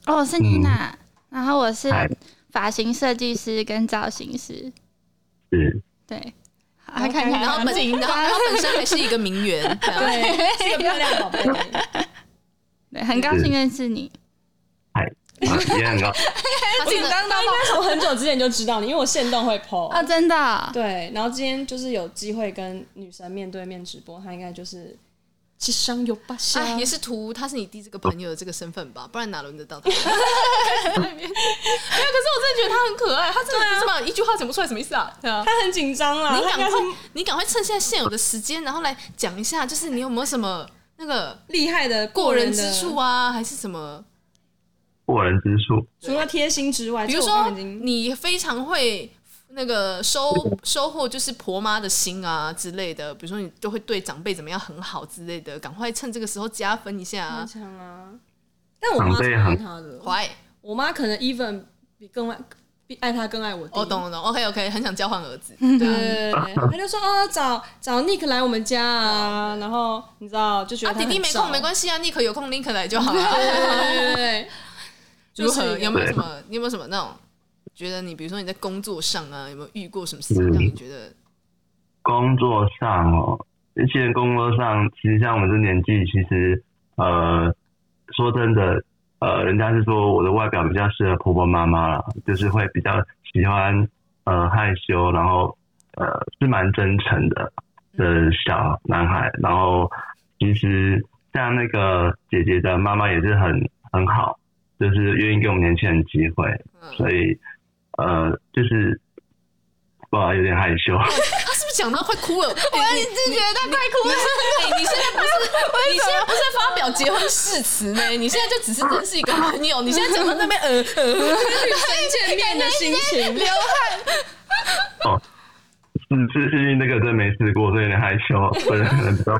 C: 哦，我是妮娜，然后我是
D: 嗯嗨
C: 发型设计师跟造型师。
D: 是，
C: 对，好，
A: OK，
C: 看啊看，
B: 然 后本然后他本身还是一个名媛，啊这样
A: 对，是个漂亮 宝贝，
C: 对，很高兴认识你。
D: 嗨，啊也很高。
B: 他真的
A: 当当，应该从很久之前就知道你，因为我现动会 po
B: 啊
C: 哦，真的哦，
A: 对，然后今天就是有机会跟女神面对面直播，她应该就是世上有八仙。
B: 哎，也啊是图他是你弟这个朋友的这个身份吧，不然哪轮得到他？ 没有，可是我真的觉得他很可爱，他真的是嘛，一句话讲不出来什么意思 啊？对啊。
A: 他很紧张啦，
B: 你
A: 他应
B: 赶
A: 该
B: 快
A: 是，
B: 你赶快趁现在现有的时间，然后来讲一下，就是你有没有什么那个
A: 厉害的
B: 过人
A: 人
B: 之处
A: 啊！
B: 啊，还是什么？
D: 过人之处，
A: 除了贴心之外，
B: 比如
A: 这我刚
B: 说
A: 刚已经
B: 你非常会那个收收获，就是婆妈的心啊之类的。比如说你就会对长辈怎么样很好之类的，赶快趁这个时候加分一下
A: 很
B: 啊！
A: 强啊，但我妈
D: 长
A: 是
D: 辈
A: 爱
D: 很
A: 他的，
B: 怀
A: 我妈可能 even 比更爱比爱他更爱我弟。嗯
B: 哦，懂了懂，OK OK，很想交换儿子，
A: 对
B: 对 啊。
A: 对，对对他就说哦，找找 Nick 来我们家啊，然后你知道就觉
B: 哦啊，
A: 得
B: 弟弟没空没关系啊，尼克有空，林克来就好了。
A: 对对对对，就
B: 如
A: 是
B: 何？有没有
D: 对
B: 什么？你有没有什么那种觉得你，比如说你在工作上啊，有没有遇过什么事情让你觉得
D: 工作上哦，其实工作上，其实像我这年纪，其实呃，说真的，呃，人家是说我的外表比较适合婆婆妈妈啦，就是会比较喜欢呃害羞，然后呃是蛮真诚的的小男孩，然后其实像那个姐姐的妈妈也是很很好，就是愿意给我们年轻人机会，
B: 嗯
D: 所以呃就是。不好意思，有点害羞。
B: 他是不是讲到快哭了？ 我一直觉得他快哭了。哎，你现在不 是，你现在不是发表结婚誓词呢？你现在就只是真是 一个朋友。你现在讲到那边，呃 呃，
A: 见面的心情，
D: 哦，是 是是，那个真没试过，所以有点害羞， 所以可能比较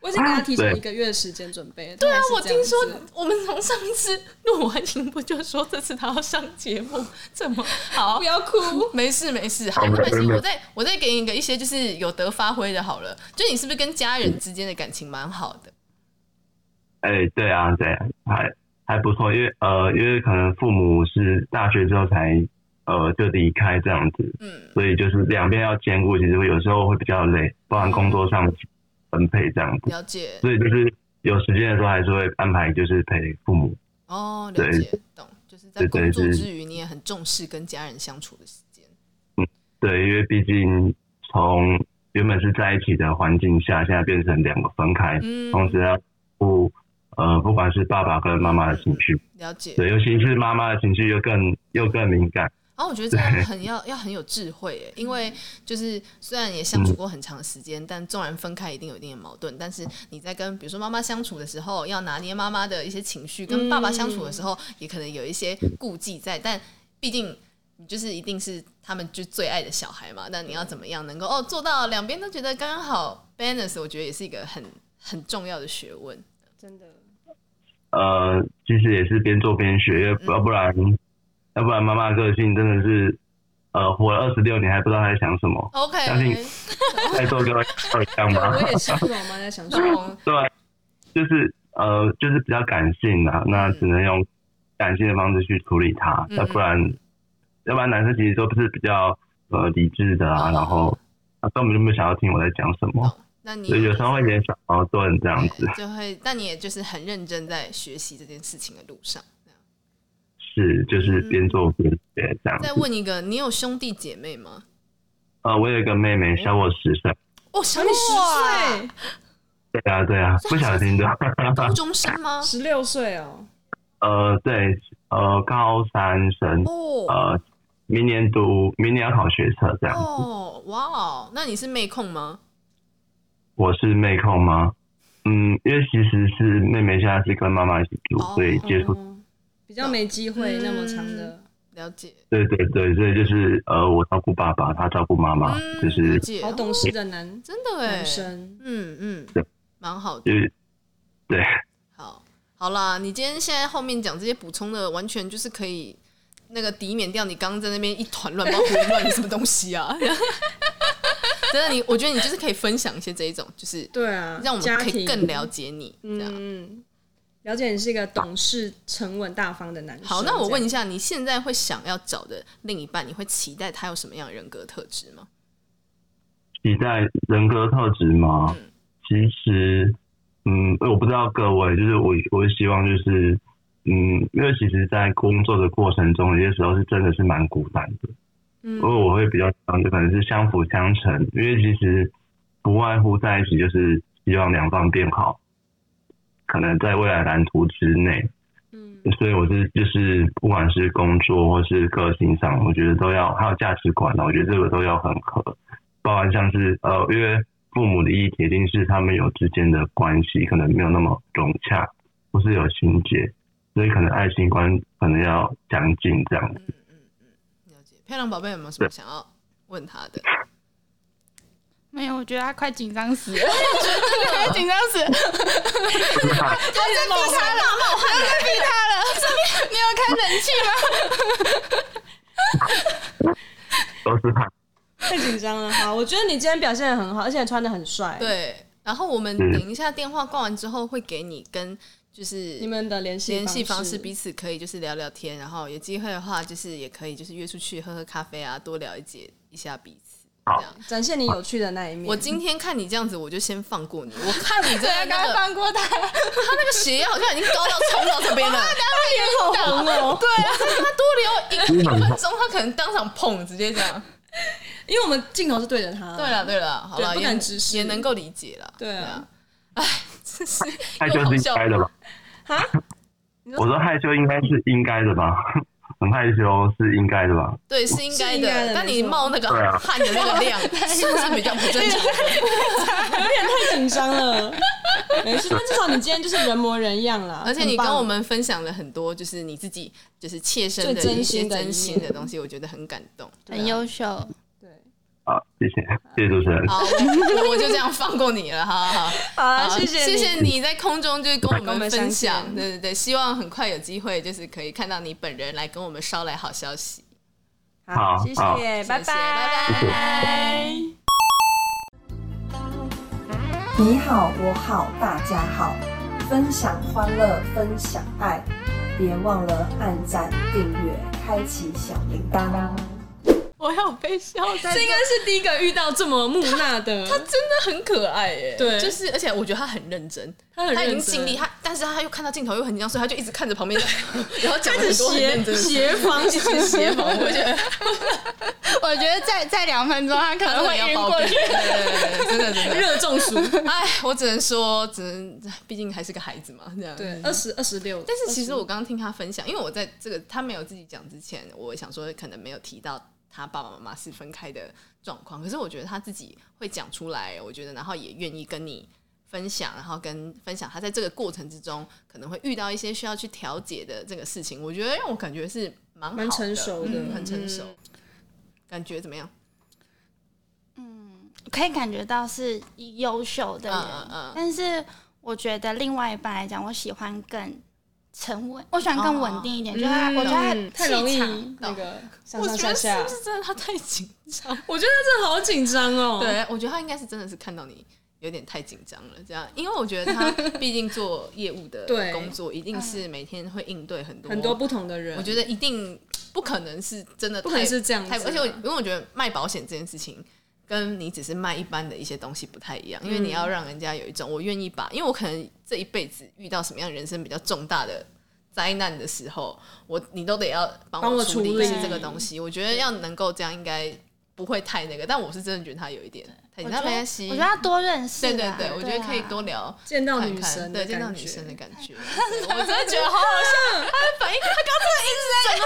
A: 我已经给他提前一个月的时间准备。对
B: 对啊，我听说我们从上次录完音不就说这次他要上节目， 怎么好
A: 不？要哭，
B: 没事没事，好，
D: 没
B: 没事，
D: 没
B: 我再我再给你一个一些就是有得发挥的好了。就你是不是跟家人之间的感情蛮好的？
D: 哎、对啊，对，还还不错，因为呃，因为可能父母是大学之后才呃就离开这样子，
B: 嗯，
D: 所以就是两边要兼顾，其实会有时候会比较累，包含工作上分配这样子，
B: 了解
D: 所以就是有时间的时候还是会安排就是陪父母，
B: 哦，了
D: 对
B: 解懂，就是在
D: 对对
B: 工作
D: 是
B: 之余，你也很重视跟家人相处的时间。
D: 对，因为毕竟从原本是在一起的环境下，现在变成两个分开，
B: 嗯，
D: 同时要顾呃，不管是爸爸跟妈妈的情绪，
B: 了解。
D: 对，尤其是妈妈的情绪又更又更敏感，
B: 然后我觉得这样很要要很有智慧耶，因为就是虽然也相
D: 嗯
B: 处过很长的时间，但纵然分开一定有一定的矛盾，但是你在跟比如说妈妈相处的时候，要拿捏妈妈的一些情绪，跟爸爸相处的时候，
D: 嗯
B: 也可能有一些顾忌在，但毕竟。你就是一定是他们就最爱的小孩嘛，那你要怎么样能够哦做到两边都觉得刚刚好 balance？我觉得也是一个很很重要的学问。
A: 真的。
D: 呃，其实也是边做边学，因为要不然，要不然妈妈的个性真的是，呃，活了二十六年还不知道她在想 什么，
B: OK，
D: 相信在座各位都一样
A: 对，
D: 吗
A: 我？也是，我妈在想 说，哦
B: 懂
D: 对，就是呃，就是比较感性啊，那只能用感性的方式去处理它，
B: 嗯
D: 要不然，要不然男生其实都是比较呃理智的啊，
B: 哦
D: 然后他根本就没有想要听我在讲什么，
B: 那你
D: 所以有时候会有点小矛盾这样子。
B: 就会，那你也就是很认真在学习这件事情的路上。这样
D: 是，就是边做边学这样
B: 嗯再
D: 子。
B: 问一个，你有兄弟姐妹吗？
D: 呃，我有一个妹妹，小我十岁。
B: 哦，小
A: 小你十岁，
D: 对啊，对啊，不小心的。
B: 高中生吗？
A: 十六岁哦，
D: 呃，对，呃，高三生，
B: 哦
D: 呃，明年读，明年要考学测这样。
B: 哦，哇哦，那你是妹控吗？
D: 我是妹控吗？嗯，因为其实是妹妹现在是跟妈妈一起住，
B: 哦
D: 所以接触，
A: 哦比较没机
B: 嗯
A: 会那么长的，
B: 了解，
D: 对对对，所以就是呃，我照顾爸爸，她照顾妈妈，
B: 嗯，
D: 啊就
B: 了
D: 是
B: 解，
A: 好懂事的男
B: 真的哎
A: 男，生，
B: 嗯嗯
D: 对，
B: 蛮好的
D: 就，是对，
B: 好，好啦，你今天现在后面讲这些补充的，完全就是可以。那个抵免掉你刚刚在那边一团乱，不知道胡乱什么东西啊！ 真的，你我觉得你就是可以分享一些这一种，就是
A: 对啊，
B: 让我们
A: 家
B: 可以
A: 庭
B: 更了解你。这样、
A: 嗯，了解你是一个懂事、沉稳、大方的男生。
B: 好，那我问
A: 你，
B: 一下，你现在会想要找的另一半，你会期待他有什么样的人格特质吗？
D: 期待人格特质吗？
B: 嗯
D: 其实，嗯，我不知道各位，就是我，我希望就是，嗯，因为其实，在工作的过程中，有些时候是真的是蛮孤单的，
A: 嗯
D: 因为我会比较想，就可能是相辅相成，因为其实不外乎在一起就是希望两方变好，可能在未来蓝图之内。
A: 嗯
D: 所以我是就是不管是工作或是个性上，我觉得都要还有价值观呢，啊我觉得这个都要很合。包含像是呃，因为父母的议题一定是他们有之间的关系可能没有那么融洽，或是有情结，所以可能爱情观可能要相近这样子。
B: 了解。漂亮宝贝有没有什么想要问他的？
C: 没有，我觉得他快紧 张死了，我觉 得快紧张死了，他在逼他了，冒汗了，逼他了，你有开冷气吗？
D: 都是怕
A: 太紧张了。好，我觉得你今天表现的很好，而且穿的很帅。，
B: 对，然后我们
D: 嗯
B: 等一下电话挂完之后会给你跟就是
A: 你们的联系
B: 联系
A: 方
B: 方式，彼此可以就是聊聊天，然后有机会的话就是也可以就是约出去喝喝咖啡啊，多了解一下彼此。
D: 好
B: 这样，
A: 展现你有趣的那一面。
B: 我今天看你这样子，我就先放过你。我看你
C: 对啊，
B: 在
C: 刚
B: 那
C: 刚
B: 个，
C: 放过他，
B: 他那个血压好像已经高到冲到这 边了。
A: 好红哦，
B: 对啊，他多留一
D: 真
B: 一
D: 的很
B: 分
D: 好
B: 钟，他可能当场砰直接这样。
A: 因为我们镜头是对着他。
B: 对了对了，
A: 嗯
B: 好
A: 对
B: 了，
A: 不
B: 也
A: 敢直视
B: 也能够理解了。
A: 对啊，
B: 真 是
D: 害
B: 又
D: 羞
B: 好
D: 是应
B: 笑
D: 该的吧？
A: 哈，
D: 我说害羞应该是应该的吧？ 很害羞是应该的吧？
B: 对，是应该
A: 是应该
B: 的。
A: 的啊
B: 但
A: 没
B: 你
A: 错
B: 冒那个
D: 对啊
B: 汗的那个量， 是是比较不正常。
A: 啊太紧张了。没事，但至少你今天就是人模人样啦。
B: 而且你
A: 很棒
B: 跟我们分享了很多，就是你自己就是切身的
A: 最
B: 一
A: 真
B: 些
A: 心的一
B: 真
A: 面哎
B: 心的东西，我觉得很感动。 啊
C: 很优秀，
A: 对，
D: 啊，谢谢，谢谢主持人。
B: 好，我我就这样放过你了，好好好。
A: 好啦，
B: 好
A: 谢谢
B: 谢
A: 你
B: 谢你在空中就是跟我
A: 我
B: 们
A: 们
B: 分
A: 相
B: 享，
A: 见
B: 对对对，希望很快有机会就是可以看到你本人来跟我们捎来好消息。
D: 好
A: 谢
D: 好
A: 谢，拜
B: 谢谢拜拜
A: 拜。
E: 你好，我好，大家好，分享欢乐，分享爱，别忘了按赞、订阅、开启小铃铛哦。
B: 我要被笑死，
A: 这应该是第一个遇到这么木讷的，
B: 真的很可爱耶。
A: 对
B: 就是而且我觉得他很认真，
A: 他很
B: 他已经
A: 认真
B: 尽力，他但是他又看到镜头又很紧张，所以他就一直看着旁边的，然后讲了
A: 是
B: 很多很
A: 协
B: 认真的事
A: 协防，
B: 一直协防，我 觉得
C: 我觉得再再两分钟，他可能会
B: 要
C: 晕
B: 包
C: 过
B: 庇
C: 去。
B: 对对对对真的真的。
A: 热中暑。
B: 哎，我只能说，只能，毕竟还是个孩子嘛，这样。
A: 对，二十二十六。
B: 但是其实我刚刚听他分享，因为我在这个他没有自己讲之前，我想说可能没有提到他爸爸妈妈是分开的状况，可是我觉得他自己会讲出来，我觉得然后也愿意跟你分享，然后跟分享他在这个过程之中可能会遇到一些需要去调解的这个事情，我觉得让我感觉是蛮好的
A: 蛮成熟的
B: 嗯很成熟
A: 嗯，
B: 感觉怎么样？
C: 可以感觉到是优秀的人，
B: 嗯嗯嗯
C: 但是我觉得另外一半来讲，我喜欢更沉稳，我喜欢更稳定一点，就是他，我觉得他
A: 哦嗯太容
C: 气
A: 易
C: 场，
A: 那个上
B: 我
A: 上
B: 觉
A: 下下
B: 得是不，是真的他太 紧张？
A: 我觉得他真的好紧张哦。，
B: 对，我觉得他应该是真的是看到你有点太紧张了，这样，因为我觉得他毕竟做业务 的
A: 对嗯
B: 工作，一定是每天会应对很多
A: 很多。不同的人，
B: 我觉得一定不可能是真的太，
A: 啊不可能是这样子
B: 太
A: 啊
B: 而且我因为我觉得卖保险这件事情。跟你只是卖一般的一些东西不太一
A: 嗯
B: 样，因为你要让人家有一种我愿意把，因为我可能这一辈子遇到什么样人生比较重大的灾难的时候，我你都得要帮
A: 帮
B: 我
A: 我处
B: 处理
A: 理
B: 这个东西。我觉得要能够这样，应该不会太那个。但我是真的觉得他有一点太，
C: 我
B: 那没
C: 觉得
B: 关系。
C: 我觉得他多认识
B: 对
C: 啊，
B: 对对，我觉得
C: 啊
B: 可以多聊
A: 见到
B: 看
A: 女
B: 看，
A: 生
B: 对，
A: 的
B: 见到
A: 感
B: 女
A: 觉
B: 生的感觉，对我真的觉得好好 笑。他的反应，他刚才一直在讲，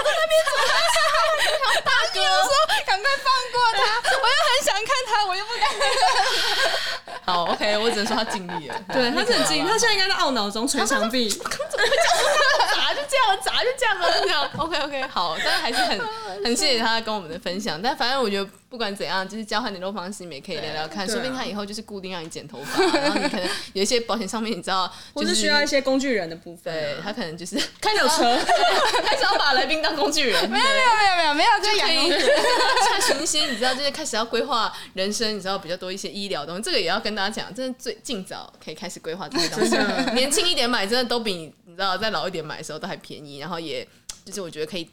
C: 我说赶快放过他，我又很想看他，我又不敢。
B: 好，OK，我只能说他尽力了。
A: 对，他是很近，他现在应该在懊恼中捶墙壁。
B: 砸就这样，砸就这样了，这样。OK OK，好，但还是很很谢谢他跟我们的分享。但反正我觉得不管怎样，就是交换联络方式，你们也可以聊聊看，
A: 对啊
B: 说不定他以后就是固定让你剪头发，然后你可能有一些保险上面你知道，
A: 或
B: 就是
A: 需要一。些工具人的部分
B: 对
A: 啊，
B: 他可能就是
A: 开有 车，
B: 开始要把来宾当工具人，没有
C: 没有没有没有没有，就
B: 可
C: 养
B: 以
C: 工具。
B: 查询一些，你知道，就是开始要规划人生，你知道比较多一些医疗的东西，这个也要跟大家讲，真的最尽早可以开始规划这些东西
A: 真的。
B: 年轻一点买，真的都比你你知道再老一点买的时候都还便宜，然后也就是我觉得可以。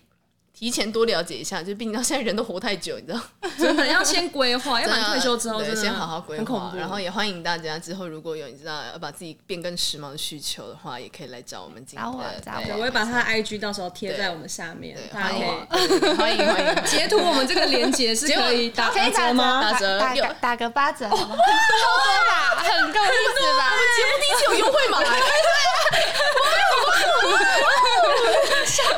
B: 提前多了解一下，就毕竟到现在人都活太久，你知道，
A: 真的要先规划，要不
B: 真
A: 然
B: 的
A: 退休之后
B: 对
A: 真的
B: 先好好规
A: 很恐
B: 划，
A: 怖。
B: 然后也欢迎大家之后如果有你知道要把自己变更时髦的需求的话，也可以来找我们今
C: 找我
B: 呃
C: 找
B: 对
A: 我会把他的 IG 到时候贴在我们下面
B: 对，
A: 大家
B: 欢
A: 可
B: 迎
A: 以
B: 对欢迎欢 迎，
A: 截图我们这个链接是可以打
C: 可以
A: 折吗？
B: 打折
C: 打
B: 有
C: 个打个八折，好不好很多吧，很够意思吧？
B: 节目第一期有优惠码，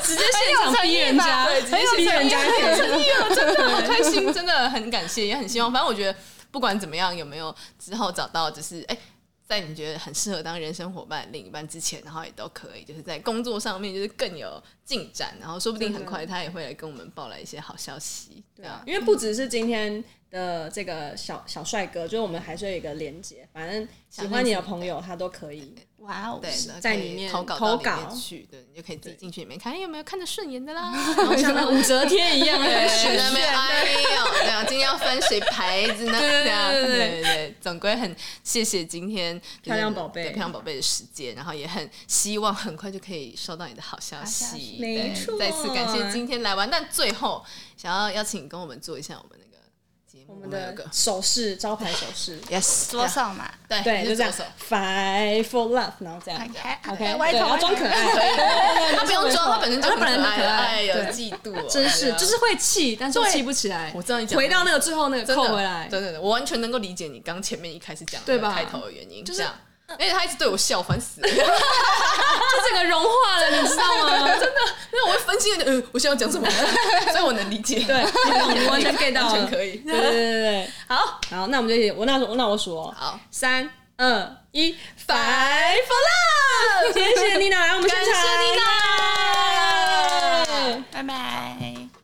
A: 直接现场逼人家，
B: 对，直
A: 很
B: 接
A: 有逼人家
B: 很有
A: 贴
B: 诚意了，真的好开心，真的很感谢，也很希望。反正我觉得不管怎么样，有没有之后找到，就是哎。在你觉得很适合当人生伙伴、另一半之前，然后也都可以，就是在工作上面就是更有进展，然后说不定很快他也会来跟我们报来一些好消息，对啊，
A: 因为不只是今天的这个小小帅哥，就是我们还是有一个连接，反正喜欢你的朋友他都可以。
C: 哇哦，
B: 对，然后
A: 在
B: 可以
A: 里面
B: 投稿
A: 投
B: 到里面
A: 稿
B: 去，对你就可以自己进去里面看哎有没有看着顺眼的啦，
A: 像那武则天一样，
B: 对，
A: 很选
B: 那边哎呦，对啊，今天要分谁牌子呢？
A: 对对对
B: 这样
A: 对对
B: 对对，总归很谢谢今天就是
A: 漂亮宝贝
B: 对漂亮宝贝的时间，然后也很希望很快就可以收到你的好消
C: 好消
B: 息
C: 息。
A: 没
B: 对
A: 错
B: 再次感谢今天来玩，但最后想要邀请跟我们做一下我们那个节目，
A: 我们
B: 有
A: 的
B: 个
A: 手势招牌手势，
B: yes
C: 左手嘛
B: 对
A: 对，
B: 你
A: 就是这样
B: 左手
A: ，Five for love，然后这样
C: ，OK
A: ，OK，
C: 歪
A: 对，
C: 头
A: 要装可爱，
B: 他不用装，他本身就
A: 他
B: 很
A: 本来就可
B: 爱了，哎
A: 爱，
B: 呦，
A: 对，
B: 嫉妒哦，
A: 真是
B: 哎呦
A: 就是会气，但是
B: 对
A: 气不起来。
B: 我知道你讲
A: 回到那个最后那个
B: 真
A: 扣
B: 的
A: 回来，啊
B: 对对对，我完全能够理解你刚前面一开始讲的
A: 对吧
B: 开头的原因，
A: 就是
B: 这样。而且他一直对我笑，烦死 了！因
A: 就整个融化了，你知道 吗？真的，
B: 为我会分心的，嗯，我想要讲 什么，所以我能理解。
A: 对，你懂，你 完全 get 到
B: 完
A: 了，
B: 全可以
A: 对对对对，好，好，那我们就我那我那我数哦，
B: 好
A: 三二一，Five for love。